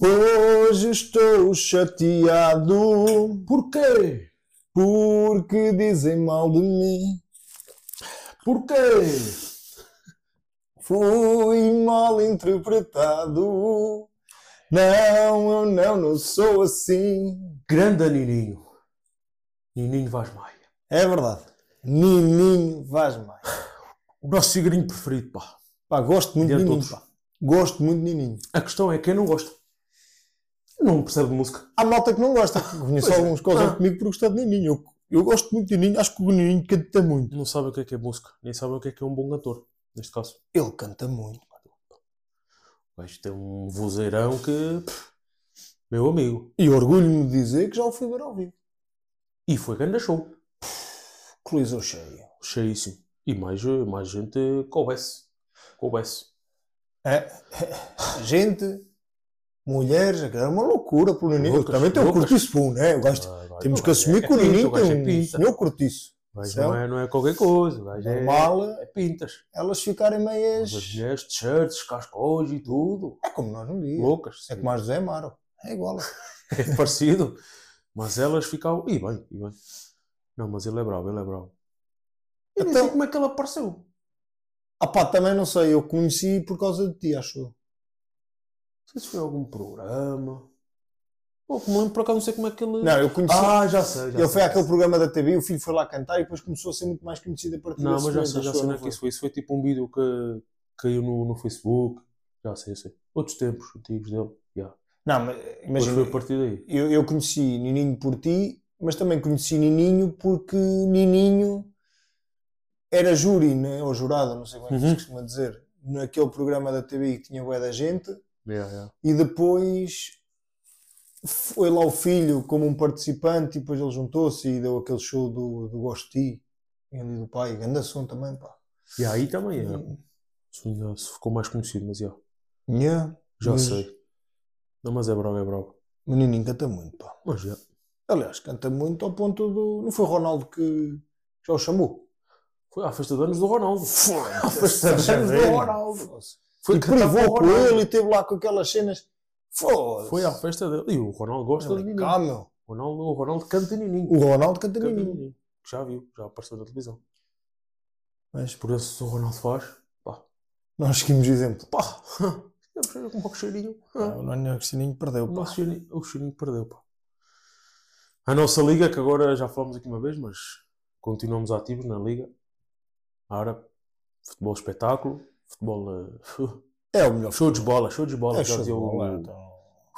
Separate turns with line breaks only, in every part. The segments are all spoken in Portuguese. Hoje estou chateado.
Porquê?
Porque dizem mal de mim.
Porquê?
Fui mal interpretado. Não, eu não, não sou assim.
Grande Ah, Nininho. Nininho Vaz Maia.
É verdade. Nininho Vaz Maia.
O nosso sigrinho preferido, pá.
Pá, gosto muito de
Dentre
Nininho.
outros.
pá. Gosto muito de Nininho.
A questão é quem não gosta. Não percebe de música.
Há malta que não gosta. Conheço
Pois é.
alguns que gozam
Ah.
comigo por gostar de Nininho. Eu, eu gosto muito de Nininho. Acho que o Nininho canta muito.
Não sabem o que é que é música. Nem sabem o que é que é um bom cantor. Neste caso.
Ele canta muito.
O gajo tem um vozeirão que. pff, Meu amigo.
E orgulho-me de dizer que já o fui ver ao vivo.
E foi grande show.
Coliseu cheio.
Cheíssimo. E mais, mais gente coubesse. Coubesse.
É, gente, mulheres, aquilo era uma loucura para o Nininho.
Loucas,
também tem um
loucas.
cortiço bom, né? Eu gosto.
Ah, vai,
Temos
o
que
gajo
assumir
é-
que o
é pinta,
Nininho
o gajo é
tem um
pinta.
senhor cortiço.
O gajo
Certo?
não é, não é qualquer coisa. O gajo é-
Normal,
é pintas.
elas ficarem meias.
As mulheres, t-shirts, cascóis e tudo.
É como nós um dia.
Loucas.
É
sim.
como a José Amaro. É igual.
É parecido. Mas elas ficavam. E bem, e bem. Não, mas ele é bravo, ele é bravo. Eu nem
Então-
sei como é que ele apareceu.
Ah pá, também não sei. Eu conheci por causa de ti, acho eu.
Não sei se foi algum programa. Pô, como lembro, por acaso, não sei como é que ele.
Não, eu conheci.
ah, já sei.
ele
Já sei,
foi
já
àquele
sei.
programa da TV, o filho foi lá cantar e depois começou a ser muito mais conhecido a partir
Não,
desse
mas já
momento,
sei, já
acho
sei.
eu,
Não é
não
que
foi?
isso foi. Isso foi tipo um vídeo que caiu no, no Facebook. Já sei, já sei. Outros tempos antigos dele. já
Não, mas
Mas
imagina,
foi a partir daí.
eu, eu conheci Nininho por ti, mas também conheci Nininho porque Nininho era júri, né? ou jurado, não sei como é que
Uhum.
se costuma dizer, naquele programa da TV que tinha bué da gente,
Yeah, yeah.
e depois foi lá o filho como um participante, e depois ele juntou-se e deu aquele show do, do Gosto de Ti, e ali do pai, grande assunto também, pá. Uhum.
E aí também era. Se não me engano, se ficou mais conhecido, mas já.
Yeah.
Já
Mas-
sei. Não, mas é bravo, é bravo.
O Nininho canta muito, pá.
Mas já.
Aliás, canta muito ao ponto do. Não foi o Ronaldo que já o chamou?
Foi à festa de anos do Ronaldo.
Foda-se,
Festa de
anos do
Janeiro.
Ronaldo.
Foi
E
cantar para o
privou com
Ronaldo.
ele e teve lá com aquelas cenas. Foda-se.
Foi à festa dele. E o Ronaldo gosta de
Ele,
Nininho.
cá, meu.
O Ronaldo, o Ronaldo canta Nininho.
O Ronaldo canta
Canta
menino.
Nininho. Já viu, já apareceu na televisão.
Mas
Por isso o Ronaldo faz. Pá.
nós seguimos exemplo.
Pá. Deve ser com um pouco cheirinho. Ah,
Ah, O Nuno Cristininho perdeu.
O
Pá.
nosso cheirinho, o cheirinho perdeu, pá. A nossa liga, que agora já falámos aqui uma vez, mas continuamos ativos na liga. Árabe. Futebol espetáculo. Futebol... eh,
É o melhor.
Show de bola, show de bola.
É
já
show de
dizia o-
bola. então.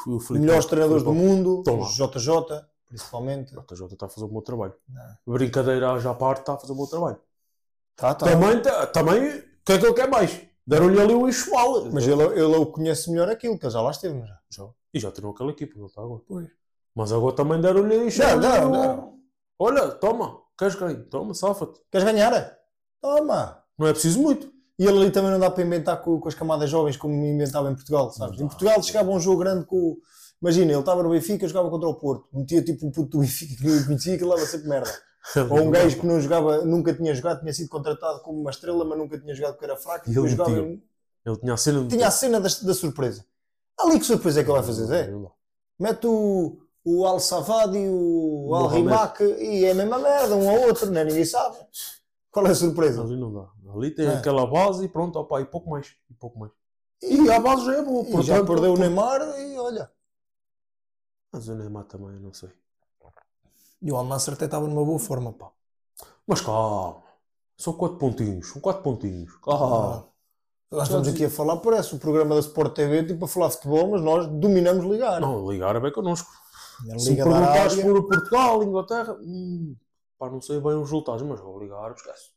o, o
Os
Filipe
melhores
Neto,
treinadores do
Filipe
mundo,
Estão lá.
JJ, principalmente.
Neto. O TJ está a fazer um bom trabalho.
Não.
Brincadeira já à parte, está a fazer um bom trabalho.
Tá, tá.
Também, tá- também, o que é que ele quer mais? Deram-lhe ali um enxoval.
Mas ele, ele o conhece melhor aquilo, que ele já lá esteve. não é? já.
Já- E já tirou aquela equipa, não está agora.
Pois.
Mas agora também deram-lhe um enxoval.
Não, não,
Olha, toma, queres ganho? Toma, safa-te.
Queres ganhar? Toma!
Não é preciso muito.
E ele ali também não dá para inventar com, com as camadas jovens como inventava em Portugal, sabes? Em
Não dá.
Portugal chegava um jogo grande com. o- Imagina, ele estava no Benfica, jogava contra o Porto. Metia tipo um puto do Benfica que ninguém conhecia que leva sempre merda. Ou um gajo que não jogava, nunca tinha jogado, tinha sido contratado como uma estrela, mas nunca tinha jogado porque era fraco. E
E
depois
ele
jogava.
Ele tinha a cena de...
Tinha a cena da, da surpresa. Ali que surpresa é que ele vai fazer, Zé? Mete o, o Al Savad e o Al
Mohamed.
Rimac e é a mesma merda, um ao outro, né? ninguém sabe. Qual é a surpresa?
Ali não dá. Ali tem
É.
aquela base e pronto, opa, e pouco mais. E pouco mais.
E,
a base já é boa.
e já perdeu o Neymar e olha.
Mas o Neymar também, eu não sei.
E o Alnasser até estava numa boa forma, pá.
Mas calma, são quatro pontinhos, são quatro pontinhos.
Ah.
Calma. Então,
Nós estamos aqui a falar, parece o programa da Sport TV, tipo a falar de futebol, mas nós dominamos ligar.
Não, ligar é bem connosco.
A
Se me
Liga da
perguntares
Arábia,
por Portugal, Inglaterra, hum, pá, não sei bem os resultados, mas vou ligar, esquece.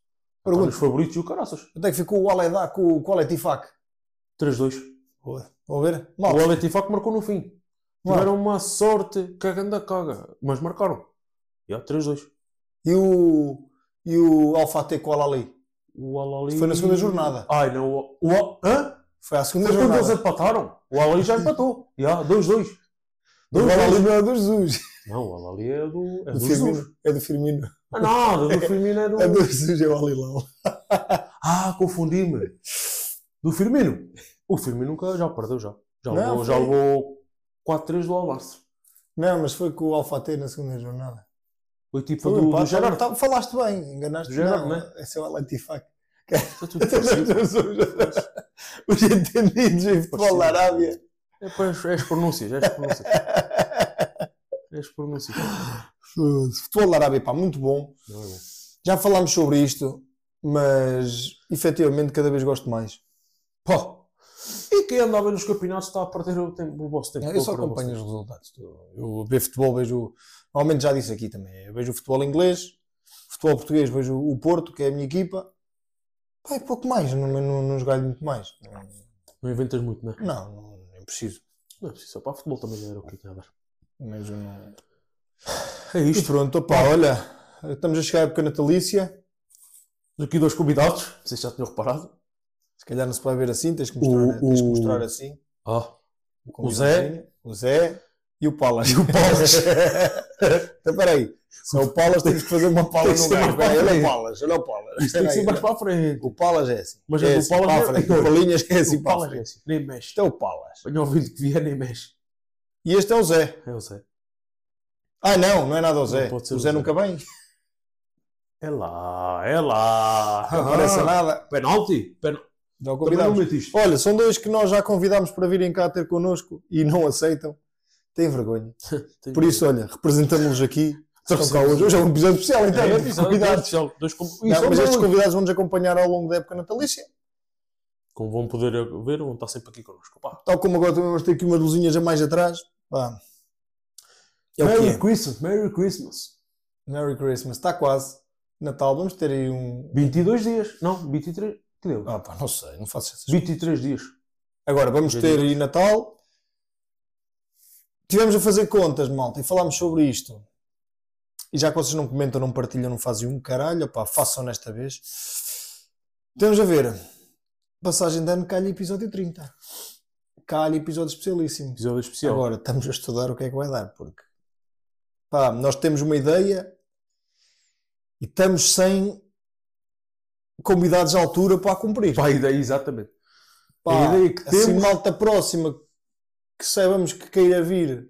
Pergunta.
pergunto,
Os favoritos e o caraças.
onde é que ficou o Aledá com o Qualetifac?
3-2.
Vão ver?
O
Mal.
Aletifac marcou no fim.
Mal.
Tiveram uma sorte, cagando a caga. Mas marcaram. Já, 3-2.
E o, e o Alfatê com o Alali?
O Alali...
Foi na segunda jornada.
Ai, não. O, o, Al- hã?
Foi à segunda
Mas quando eles
jornada.
empataram, o Alali já empatou. Já, 2-2.
Do
2-2.
Alali não é do Jesus.
Não, o Alali é do... É
Do
do Jesus.
Firmino. É do Firmino.
Ah, não, do Firmino é do.
A do sujo é o Alilão.
Ah, confundi-me. Do Firmino. O Firmino nunca já perdeu já. Já
Não,
levou, já
foi.
levou 4-3 do Almarço.
Não, mas foi com o Alfatê na segunda jornada.
Foi tipo
Foi
do,
um
do
empate.
Gerard.
Tá- falaste bem, enganaste.
Do Gerard,
não,
né?
Esse é o Alatifac.
Está tudo parecido.
Os entendidos em futebol da Arábia.
É para as, é as pronúncias, é as pronúncias. É as pronúncias.
Foda-se. Futebol da Arábia, pá, muito bom.
Não é bom.
Já falámos sobre isto, mas efetivamente cada vez gosto mais.
Pá. E quem andava nos campeonatos está a perder o, tempo, o vosso tempo.
Eu só
todo,
acompanho os
o vosso
resultados. Eu vejo futebol, vejo. Normalmente já disse aqui também. Eu vejo o futebol inglês, futebol português, vejo o Porto, que é a minha equipa. Pá, é pouco mais, não, não, não jogar muito mais.
tempo. Não inventas muito, não é?
Não, não, nem preciso.
Não é preciso. Só para futebol também já era o que tinha a dar.
Mas eu não.
É
E
isto.
pronto, opá, olha, estamos a chegar à época natalícia.
Temos Aqui dois convidados. Não sei se já tinham reparado.
Se calhar não se vai ver assim, tens que mostrar,
O-
tens que
o-
mostrar assim.
Ah.
com
O Zé.
Virgínia, O Zé e o Palas. E o Palas. então, peraí. Se é o Palas, temos que fazer uma pala
Tem que
no
ser
gajo.
mais para
Peraí, Olha o
frente.
Palas, olha o Palas.
Isto tem que
Peraí,
ser mais
olha.
para a frente.
O Palas é assim.
Mas é do
assim,
Palas
para a
é-
frente.
é
O Palinhas é assim
O
para a
Palas é
frente.
assim. Nem mexe.
Este é o Palas.
Venha ouvindo que vier, nem mexe.
E este é o Zé.
É o Zé.
Ah, não, não é nada o Zé.
Não pode ser
o
o
Zé
Zé.
nunca vem.
É lá, é lá.
Não aparece nada.
Penalti? Pen...
Já o
Também não
convidámos.
metiste.
Olha, são dois que nós já convidámos para virem cá ter connosco e não aceitam. Tem vergonha.
Tem-
Oh, Por isso, olha, representamos-los aqui. Estão cá hoje. Hoje é um episódio especial, então.
É,
né?
episódio
Convidados. é um
especial, dois com- Ih,
Não,
são
mas
dois.
estes convidados vão nos acompanhar ao longo da época natalícia,
Como vão poder eh, ver, vão estar sempre aqui connosco. Pá.
tal como agora também vamos ter aqui umas luzinhas a mais atrás. Pá. É o que
Merry
é.
Christmas, Merry Christmas.
Merry Christmas, está quase. Natal, vamos ter aí um.
22 dias. Não, 23. Que deu?
Ah, pá, não sei, não faço essas
23 dias.
Agora, vamos
Já
ter aí Natal. Tivemos a fazer contas, malta, e falámos sobre isto. E já que vocês não comentam, não partilham, não fazem um caralho, pá, façam nesta vez. Temos a ver. Passagem de ano, calha episódio 30. Calha episódio especialíssimo.
Episódio especial.
Agora estamos a estudar o que é que vai dar, porque pá, nós temos uma ideia e estamos sem convidados à altura para a cumprir.
Pá, a ideia, exatamente. É
Pá,
a ideia que
assim,
temos-
malta próxima que saibamos que queira vir,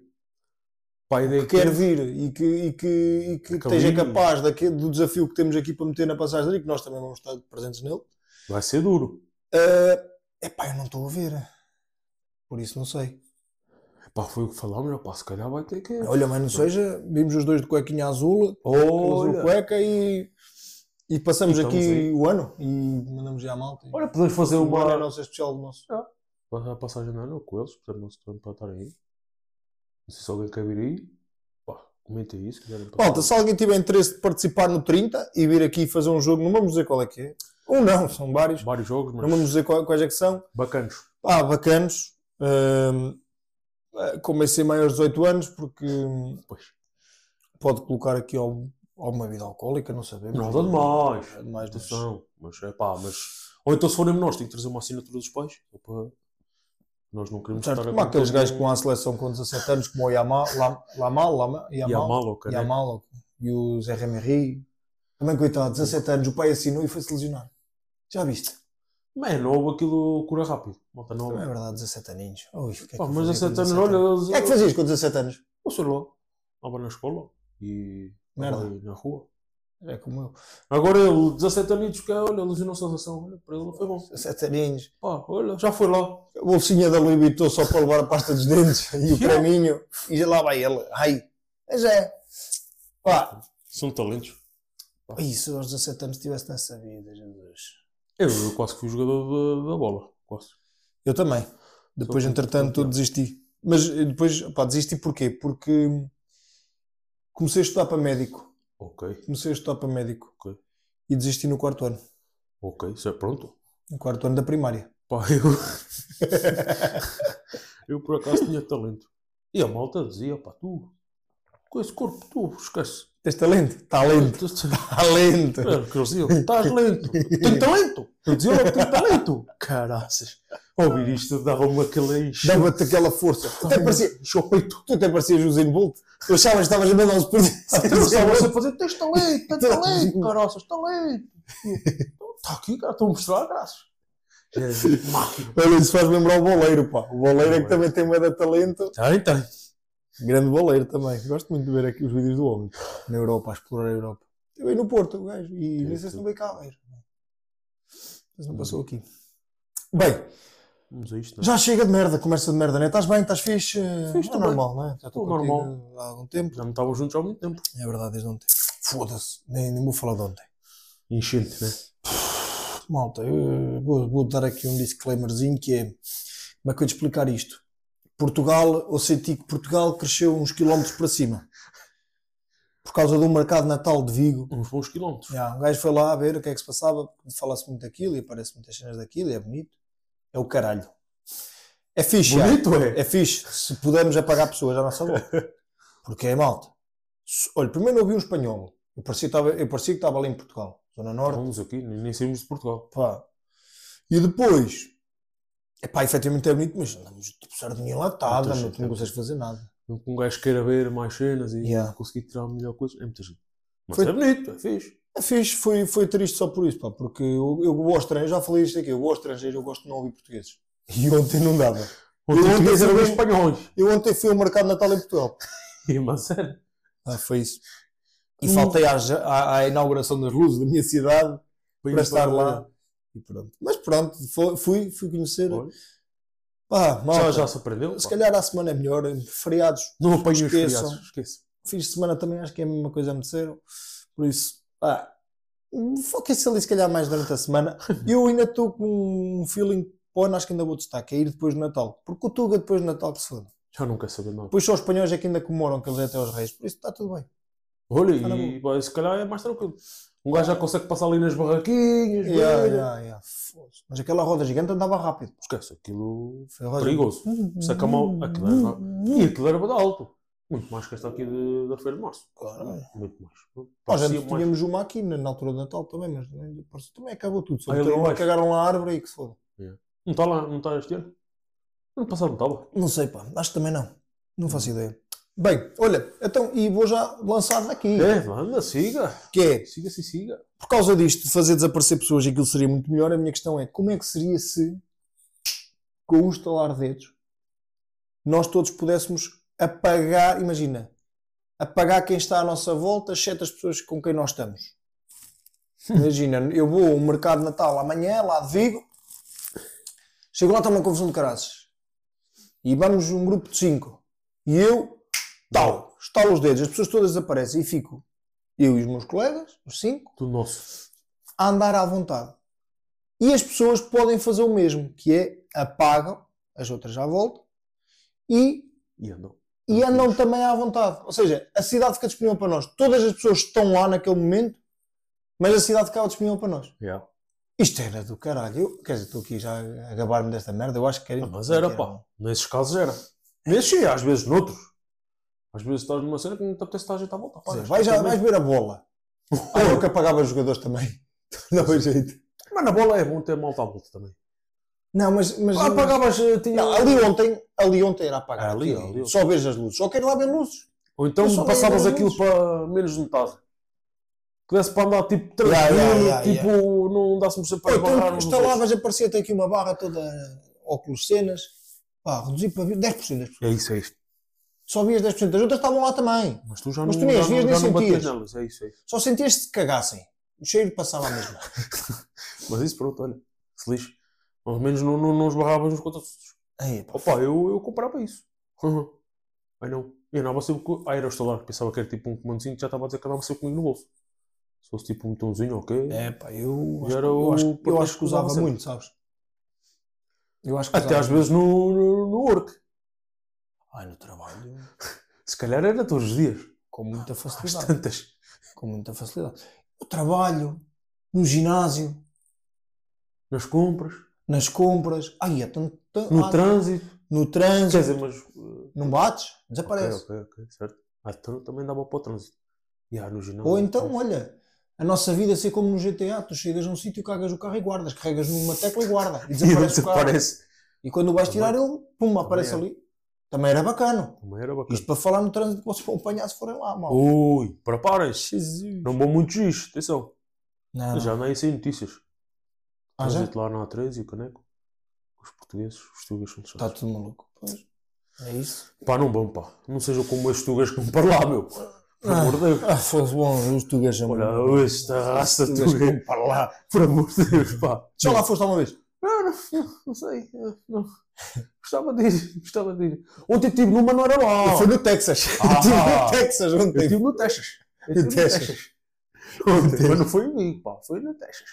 Pá, a ideia
que
que
quer
temos-
vir e que, e que, e que
Que
esteja
lindo.
capaz daque- do desafio que temos aqui para meter na passagem e que nós também vamos estar presentes nele.
Vai ser duro.
É pá, eu não estou a ver. Por isso não sei.
Pá, foi o que falámos, rapaz. Se calhar vai ter que.
Olha, mas não seja, vimos os dois de cuequinha azul, Olha. Então,
Olha,
cueca e, e passamos
Estamos
aqui
aí.
o ano e mandamos já à malta.
Olha, podemos fazer
uma hora
uma.
nossa especial do nosso.
Passar a passagem de ano com eles, portanto, não se estão para estar aí. Não sei se alguém quer vir aí. Pá, comenta aí se quiserem passar.
Malta, se alguém tiver interesse de participar no 30 e vir aqui fazer um jogo, não vamos dizer qual é que é. Um não, são vários.
Vários jogos,
Não
mas
vamos dizer qual- quais é que são.
bacanos.
Ah, bacanos. Hum, comecei maiores de 18 anos porque hum,
Pois.
pode colocar aqui al- alguma vida alcoólica, não sabemos.
Nada demais.
Nada demais, mas-
Atenção, mas é pá, mas. Ou então se forem menores, tem que trazer uma assinatura dos pais. ou pá, Nós não queremos
Certo,
estar
como aqueles
acontecer
gajos
um-
com a seleção com 17 anos, como o Yamal, Lam- Lamal, Lama-
E a
Yamal,
mal, ou
e
caralho.
Yamal e o Zé Remery. Também, coitado, 17 anos, o pai assinou e foi-se lesionar. Já viste?
Mas é novo, aquilo cura rápido. Malta
Não é
nova.
verdade, 17 aninhos. Ui, o que é que
Pá,
eu
mas
fazia com
a 7 anos,
17
olha,
O que é que
eles.
fazias com 17 anos?
Eu sei lá. Estava na escola e.
Merda.
estava aí Na rua.
É como eu.
Agora ele, 17 anos, que é, olha, lesionou-se a relação. Olha, para ele foi bom.
17 aninhos.
Pá, olha, já foi lá.
A bolsinha da Louis Vuitton só para levar a pasta dos dentes e o
Yeah.
creminho. E já lá vai ele. Ai, mas é. Pá,
São talentos.
e se eu aos 17 anos estivesse nessa vida, Jesus.
Eu, eu quase que fui jogador da, da bola. Quase.
Eu também. Depois,
Sou
entretanto,
campeão.
desisti. Mas eh, depois, pá, desisti porquê? Porque comecei a estudar para médico.
Ok,
Comecei a estudar para médico.
Ok.
E desisti no quarto ano.
ok, isso é pronto.
No quarto ano da primária.
Pá, eu. eu por acaso tinha talento. E a malta dizia, pá, tu, com esse corpo, tu, esquece. É,
Tens talento? Talento.
Tu- tu-
Talento.
Era o que eles diziam, estás lento, tenho talento. Eu dizia logo que tenho talento. Caraças. Ouvir isto dava-me aquele enxame.
Dava-te aquela força. Até parecia,
Chopeito.
tu até parecias o Zé Bolt. Tu achavas que estavas a mandar o Sporting.
Estava-se a fazer, tens talento, tens talento, caroças, talento. Está aqui, cara, estou a mostrar, graças. Máquina.
Olha, isso faz lembrar o Boleiro, pá. O Boleiro é que também tem moeda de talento.
Tem, tem.
Grande Boleiro também. Gosto muito de ver aqui os vídeos do homem. Na Europa, a explorar a Europa. Também no Porto, o gajo. E nem sei se não veio cá, gajo. Mas não passou aqui. Bem,
Vamos a isto, não é?
já chega de merda, conversa de merda, né? Estás bem, estás fixe?
Fixe,
é
tô bem.
normal, né? Já estou
Tô normal.
contigo há algum tempo.
Já não estavam juntos há muito tempo.
É verdade, desde ontem. Foda-se, nem, nem vou falar de ontem.
Enchente, né?
Malta, eu vou, vou dar aqui um disclaimerzinho que é como é que eu te explicar isto? Portugal, eu senti que Portugal cresceu uns quilómetros para cima por causa do mercado natal de Vigo.
Uns bons quilómetros.
Já, um gajo foi lá a ver o que é que se passava, porque fala-se muito daquilo e aparece muitas cenas daquilo e é bonito. É o caralho. É fixe, já.
Bonito é.
é fixe se pudermos apagar pessoas à nossa volta. Porque é malta. Se- Olha, primeiro eu vi um espanhol. Eu parecia, que estava- eu parecia que estava ali em Portugal, Zona Norte.
Estávamos aqui, nem nem saímos de Portugal.
Pá. E depois, epá, efetivamente é bonito, mas andamos tipo sardinha latada,
Muita
não,
gente,
tu não
é.
consegues fazer nada.
Mesmo que um gajo queira ver mais cenas e
Yeah.
conseguir tirar a melhor coisa, é muita gente. Mas
Foi-
é bonito, é fixe.
É fixe, foi, foi triste só por isso, pá, porque eu, eu gosto estrangeiro, já falei isto aqui, eu gosto estrangeiro, eu gosto de não ouvir portugueses. E ontem não dava.
Ontem
ontem
tinha
fui-
ver espanhóis.
Eu ontem fui ao mercado de Natal em Portugal.
Mas sério.
Ah, foi isso. E
Hum.
faltei às- à, à inauguração das luzes da minha cidade
Foi
para
isso,
estar
foi-
lá. E pronto. Mas pronto, fo- fui, fui conhecer.
Foi.
Pá,
Já,
malta,
já se aprendeu?
se
pá.
calhar à semana é melhor, feriados
Não apanho os
Esqueçam.
criaços, esquece.
fins de semana também acho que é a mesma coisa a acontecer. Por isso, pá, foquem-se ali se calhar mais durante a semana. Eu ainda estou com um feeling pô, acho que ainda vou destacar, é ir depois do Natal. Porque o Tuga depois do Natal que se foda.
Já não quero saber nada.
Depois só os espanhóis é que ainda comemoram, que eles é até aos reis. Por isso está tudo bem.
Olha,
Tá na
e pá, se calhar é mais tranquilo. Um gajo já consegue passar ali nas barraquinhas.
Yeah,
ver.
yeah, yeah. Foda-se. Mas aquela roda gigante andava rápido.
Esquece, aquilo é
Foi a roda
perigoso. Saca mal. Aquilo
Hum,
era- E aquilo era de alto. Muito mais que esta aqui de- da Feira de Março.
Claro, é.
Muito mais.
Nós
Parecia
antes
mais.
tínhamos uma aqui na na altura do Natal também, mas também, parece- também acabou tudo. Só
Ah, ali
meteram-
embaixo.
cagaram lá a árvore e que se foda.
Não está lá, não está um este ano? Ano passado um não estava.
Não sei, pá. Acho que também não. Não faço ideia. Bem, olha, então, e vou já lançar daqui.
É, manda, siga.
Que é,
Siga-se e siga.
por causa disto, de fazer desaparecer pessoas e aquilo seria muito melhor, a minha questão é, como é que seria se, com um estalar de dedos, nós todos pudéssemos apagar, imagina, apagar quem está à nossa volta, exceto as pessoas com quem nós estamos. Imagina, eu vou ao mercado de Natal amanhã, lá de Vigo, chego lá, está uma confusão de caraças. E vamos um grupo de cinco. E eu, tal, estalo os dedos, as pessoas todas desaparecem e fico eu e os meus colegas, os cinco,
Do nosso.
a andar à vontade. E as pessoas podem fazer o mesmo, que é apagam as outras à volta e,
E andou.
e andam também à vontade. Ou seja, a cidade fica disponível para nós. Todas as pessoas estão lá naquele momento, mas a cidade ficava disponível para nós.
Yeah.
Isto era do caralho. Eu, quer dizer, estou aqui já a gabar-me desta merda. Eu acho que era.
Ah, mas era, pá. Nesses casos era. Nesses sim, às vezes noutros. Às vezes estás numa cena que não te apetece estar a gente à volta.
Quer
Olha,
dizer, vai já,
também.
vais ver a bola. Ah, eu que apagava os jogadores também. Não foi jeito.
Mas na bola é bom ter malta à volta também.
Não, mas. mas
Ah, apagavas, eh, tinha...
Não, ali um ontem, ali ontem era apagar.
Ah, ali,
aquilo.
ali.
Só vejo as luzes. Só quero lá ver luzes.
Ou então
Eu só
passavas
lembro
aquilo
disso.
para menos de metade. Que desse para andar tipo tranquilo,
Yeah, yeah, yeah,
tipo não dássemos sempre assim. para
Ou
esbarrar
então
uns nos
instalavas, aparecia até aqui uma barra toda óculos cenas. Pá, reduzir para 10%. 10%.
outros. É isso, é isso.
Só vias 10%. As outras estavam lá também.
Mas tu já
Mas
não,
tu nem
já
as vias,
não,
nem
já não batias
sentias.
nelas, é isso, é isso.
Só sentias se cagassem. O cheiro passava a mesma.
Mas isso pronto, olha, se lixe. Ao menos não, não, não esbarravas uns contra os outros.
Aí, pá.
Opa, eu, eu comprava isso. Ai não. Eu andava sempre com. Ah, era o estalar, que pensava que era tipo um comandozinho que já estava a dizer que andava sempre comigo no bolso. Se fosse tipo um botãozinho ou quê?
É pá, eu,
E
acho,
era
que- eu,
o
acho, eu
Porto
acho que usava muito, sabes? Eu acho que
Até
usava
às vezes no, no, no work.
muito. Ai, no trabalho,
Se calhar era todos os dias.
com muita
Às
facilidade.
tantas.
com muita facilidade. No trabalho, no ginásio,
Nas compras,
nas compras. Ai, é tanto. tanto-
no
ah,
trânsito.
no
Quer
trânsito.
dizer, mas. uh,
Não bates? Desaparece.
Ok, ok, ok, certo. Ah, então também dava para o trânsito. E há no ginásio.
Ou então, olha, a nossa vida é ser como no GTA: tu chegas a um sítio, cagas o carro e guardas, carregas numa tecla e guarda. E
E ele
desaparece o carro.
desaparece.
E quando o vais
Também.
tirar, ele, pum, aparece
Também
ali. Também era bacana.
Também era bacana.
Isto é para falar no trânsito que vocês vão apanhar se forem lá, mal.
Ui, preparem-se.
Jesus.
Não vão muitos juízes, atenção.
Ah, Não,
Já andei sem notícias.
Ah, já?
Trânsito lá na A3 e o Caneco. Os portugueses, os tugas são
Está Tá
chatos.
tudo maluco. Pois. É isso.
Pá, não vão, pá. Não sejam como estes tugas que me para lá, meu. Por amor de Deus.
Ah, fosse bom, os tugas são bons.
Olha, esta raça
Os tugas que
tuga.
vão para lá.
Por amor de Deus, pá.
Já lá foste alguma vez?
Não, não, não, não sei. eu Não. Gostava de ir, gostava de ir. Ontem estive numa, não era
Eu
lá.
fui no Texas.
Ah.
Eu tive no Texas
Eu
ontem.
estive no Texas. Eu
No
estive no
Texas.
Texas. Ontem, mas não foi em mim, pá. Foi no Texas.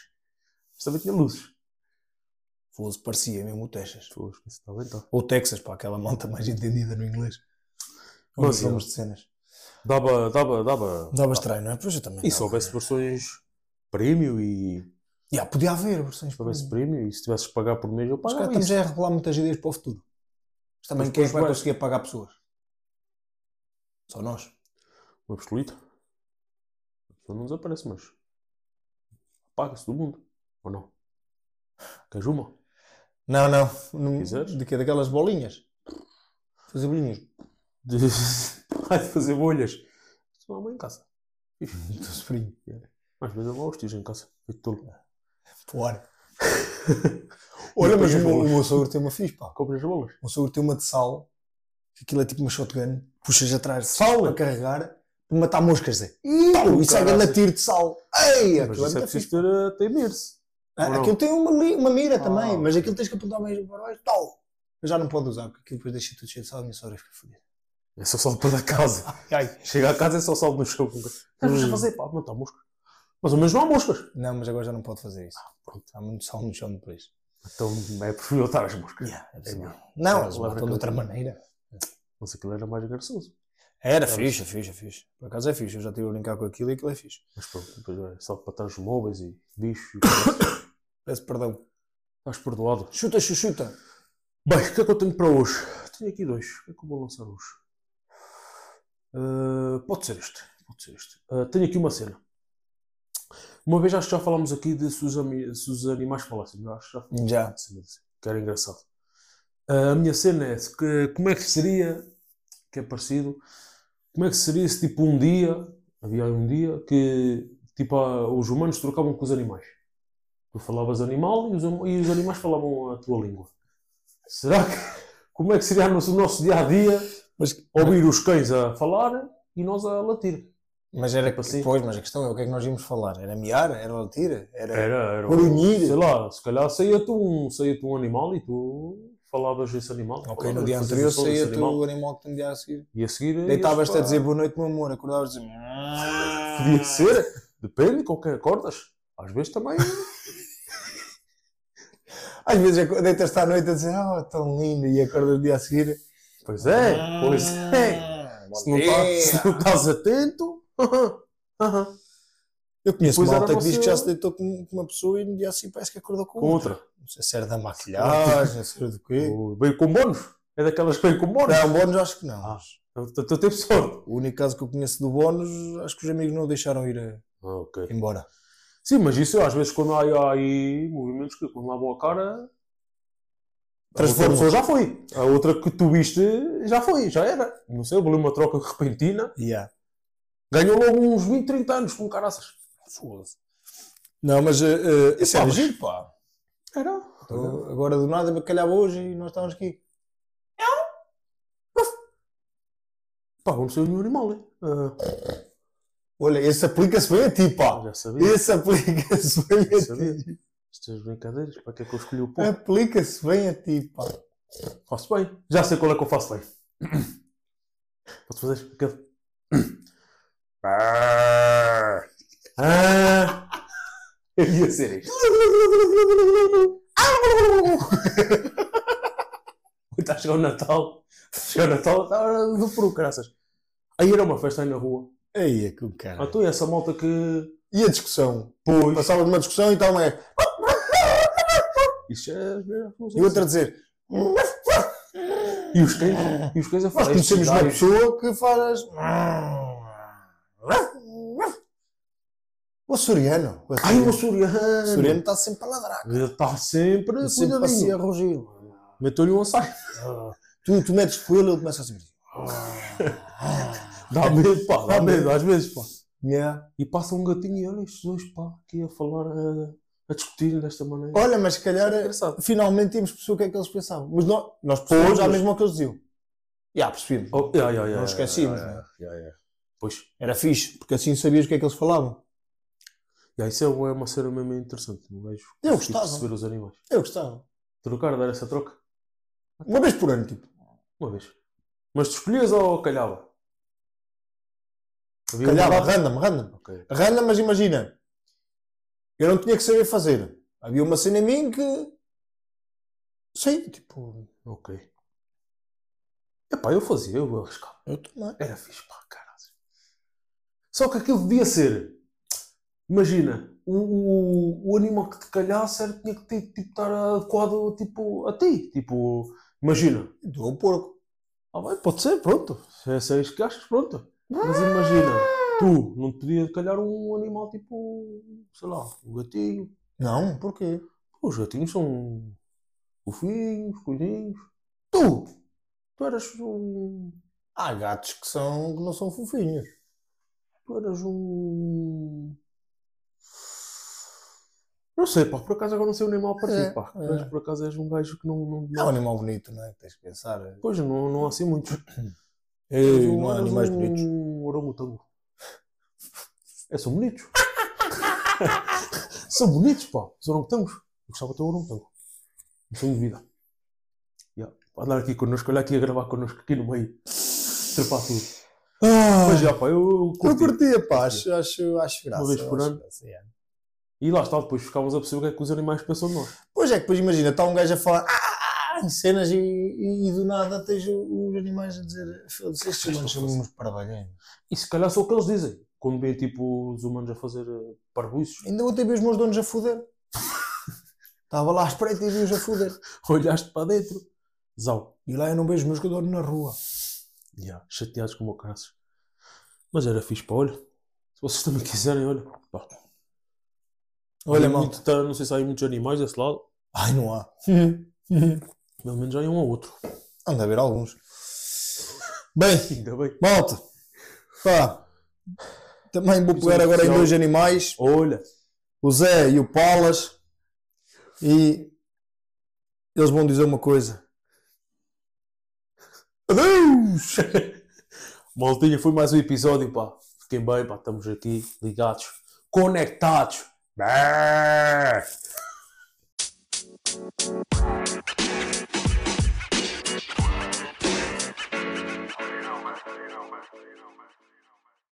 Mas também tinha luzes.
Fosse, parecia mesmo o Texas.
Pô, esqueci, tá bem, então.
Ou Texas, para aquela malta mais entendida no inglês.
Mas,
Mas vamos de cenas.
Dava, dava, dava.
Dava estranho, não é? Pois eu também.
E
dava.
se houvesse versões prémio e.
Ya, podia haver versões
Se
para isso.
houvesse prémio e se tivesses que pagar por mês, eu
Mas cá
pagava
estamos
isso.
já a regular é muitas ideias para o futuro. Mas também
Mas
quem é
depois
que vai
vai-
conseguir pagar pessoas? Só nós.
Uma absoluta. A pessoa não desaparece, mas. Paga-se do mundo. Ou não? Queres uma?
Não, não. Não-
Quiseres?
De quê? Daquelas bolinhas? Fazer bolinhas.
De... Vai fazer bolhas. Isso não há mãe em casa.
Do sobrinho.
Às vezes eu vou aos tios em casa. Fico tolo.
Fora. Olha, mas o meu, o meu sogro tem uma fixe, pá.
Compras as bolas.
O meu um sogro tem uma de sal. que Aquilo é tipo uma shotgun. Puxas atrás sal para carregar. Para matar moscas, é. Tal, Isso é grande
caraças.
tiro de sal. Ei, aquilo
Mas
é
isso é
muito
preciso
fixe.
ter, eh, ter medo-se.
Ah,
ou não?
Aquilo tem uma, li- uma mira
Ah,
também,
ok.
mas aquilo tens que apontar mais para baixo. Tal. Mas já não pode usar, porque aquilo depois deixa tudo cheio de sal e a minha sogra fica fodida.
É só salvo para da casa. Chega à casa é só salvo no chão. Mas vais
Hum.
fazer, pá, matar moscas. Mas ao menos não há moscas.
Não, mas agora já não pode fazer isso.
Ah, pronto.
Há muito sal no chão depois.
Então é preferível estar as moscas.
é
possível.
não,
É,
eles
leva
matam de
aquele-
outra maneira.
Mas aquilo era mais garçoso.
Era fixe, fixe, fixe. Por acaso é fixe, eu já estive a brincar com aquilo e aquilo é fixe.
Mas pronto, depois é só para trás os móveis e bichos e coisas.
Peço perdão.
Estás perdoado.
Chuta, chuchuta.
Bem, o que é que eu tenho para hoje? Tenho aqui dois. O que é que eu vou lançar hoje? Ah, pode ser este. Pode ser este. Ah, tenho aqui uma cena. Uma vez acho que já falámos aqui de se os, ami- se os animais falassem. não é? Acho que já falámos
Já.
de cena disso, que era engraçado. Ah, a minha cena é se que, como é que seria, que é parecido, como é que seria se tipo um dia, havia aí um dia, que tipo ah, os humanos trocavam com os animais. Tu falavas animal e os, hum- e os animais falavam a tua língua. Será que, como é que seria o nosso, dia a dia
Mas,
ouvir os cães a falar e nós a latir?
mas era que
assim.
depois, mas a questão é o que é que nós íamos falar? Era miar? Era latir? Era. um-
Era, era.
Grunhir.
Sei lá, se calhar saía-te um, saía um animal e tu falavas esse animal.
Ok,
falavas,
no dia
fazias
anterior
o som desse
saía-te
animal.
o animal que tem dia a seguir.
E a seguir. eh,
Deitavas-te a
ias
dizer
para-
boa noite, meu amor, acordavas a dizer.
Podia ser, depende com quem acordas. Às vezes também.
Às vezes aco- deitas-te à noite a dizer, oh, tão lindo, e acordas no dia a seguir. Ah,
Pois é, pois é.
Bom
Se não,
dia.
tá- se não estás atento. aham,
Eu conheço
Pois era
malta que diz que já
você-
se deitou com com uma pessoa e no dia assim parece que acordou com
Com
outra.
outra.
Não sei se era da maquilhagem, se era do quê.
Ou Veio com bónus. É daquelas que vem com bónus.
Não, bónus acho que não.
Ah. Então então teve sorte.
O único caso que eu conheço do bónus, acho que os amigos não o deixaram ir a-
Ah, ok.
embora.
Sim, mas isso às vezes quando há, há aí movimentos que quando lavam a cara. A outra
Transformam.
pessoa já foi. A outra que tu viste já foi, já era. Não sei, houve ali uma troca repentina.
Yeah.
Ganhou logo uns 20, 30 anos com caraças.
Não, mas eh, eh, isso
Epá,
era
mas-
giro, pá.
Era.
Então, agora do nada me calhava hoje e nós estávamos aqui.
Pá, não sei nenhum animal, hein? Ah,
Olha, esse aplica-se bem a ti, pá.
já sabia.
Esse aplica-se bem
Já
a
sabia.
ti.
Estas brincadeiras, para que é que eu escolhi o ponto?
Aplica-se bem a ti, pá.
Faço bem. Já sei qual é que eu faço bem. Posso fazer aquele. Ah, eu ia ser isto. Está a chegar o Natal. Chegou o Natal, estava do peru, graças. Aí era uma festa aí na rua.
Aí é que o
Ah,
cara.
tu e essa malta que.
E a discussão?
Pois.
Passava de uma discussão e tal, não é?
Isto é. não sei
E outra a dizer.
se- E os cães. E os cães a
Nós
falar. estes
conhecemos uma
gajos-
pessoa que faz. Ah. O açoriano. O
Ai, o
açoriano
açoriano.
O açoriano está tá sempre a ladrar.
Ele está sempre.
Sempre
cuidadinho.
assim a rugir.
Meteu-lhe um onside.
Tu, tu metes com ele, ele começa a saber.
Dá medo, pá. Dá medo, às vezes, pá.
Yeah.
E passa um gatinho e olha estes dois, pá, aqui a falar, a, a discutir desta maneira.
Olha, mas se calhar
É engraçado.
finalmente tínhamos percebido o que é que eles pensavam. Mas nós, nós percebemos
Todos.
já mesmo o que eles diziam. Já, percebemos.
Oh, yeah, yeah, yeah,
Não esquecemos,
yeah, yeah, yeah, yeah. né? Pois.
Era fixe, porque assim sabias o que é que eles falavam.
Yeah, isso é uma é uma cena mesmo interessante. Um gajo
Eu
conseguir
gostava.
perceber os animais.
Eu gostava.
Trocar, dar essa troca.
Uma vez por ano, tipo.
Uma vez. Mas tu escolhias ou calhava? Havia
Calhava,
uma data?
random, random.
Ok.
Random, mas imagina. Eu não tinha que saber fazer. Havia uma cena em mim que. Sei, tipo.
Ok. Epá, eu fazia, eu arriscava.
Eu também.
Era fixe, pá, caralho. Só que aquilo devia ser. Imagina, o, o, o animal que te calhasse era, tinha que ter, tipo, estar adequado tipo, a ti. Tipo, imagina.
Dou o porco.
Ah, vai, pode ser, pronto. Se, se é isso que achas, pronto. Mas imagina, tu não te podia calhar um animal tipo, sei lá, um gatinho.
Não, porquê?
Pô, Os gatinhos são fofinhos, coisinhos. Tu! Tu eras um.
Há gatos que, são, que não são fofinhos.
Tu eras um. Não sei, pá, por acaso agora não sei o animal para
É,
ti, pá.
é.
Mas por acaso és um gajo que não. não,
É um animal bonito, não é? Tens que pensar.
Pois não, não há assim muitos.
Ei,
Eras um-
não há
eras
animais
um
bonitos.
orangotango. É, são bonitos. são bonitos, pá. Os orangotangos. Eu gostava de ter um orangotango. Não são de vida. Yeah. Andar aqui connosco, olhar aqui a gravar connosco, aqui no meio. Trepar tudo.
Ah,
Mas já, pá, eu
eu
curti.
curti, pá. Acho, acho, acho graça.
Uma vez por
acho
ano.
graça, yeah.
E lá está, depois ficávamos a perceber o que é que os animais pensam de nós.
Pois é que depois imagina, está um gajo a falar "Ah", em cenas e, e, e do nada tens o- os animais a dizer estes humanos são uns parvalhões.
E se calhar são o que eles dizem. Quando vêem, tipo, os humanos a fazer eh, parvoízos.
Ainda ontem vi os meus donos a foder. Estava lá à espreita e vi-os a foder.
Olhaste para dentro. Zau.
E lá eu não vejo os meus que eu dono na rua.
Ya, chateados como o caraças. Mas era fixe, pá, olha. Se vocês também quiserem, olha. Pá,
Olha,
há
mal.
muito- tá- não sei se há aí muitos animais desse lado.
Ai, não há.
Pelo menos há aí um ou outro.
Anda a ver alguns. Bem,
Ainda bem.
malta. Pá. Também vou pegar agora em dois animais.
Olha,
o Zé e o Palas e eles vão dizer uma coisa.
adeus! Maltinha, foi mais um episódio, pá. Fiquem bem, pá, estamos aqui ligados, conectados. Brrr.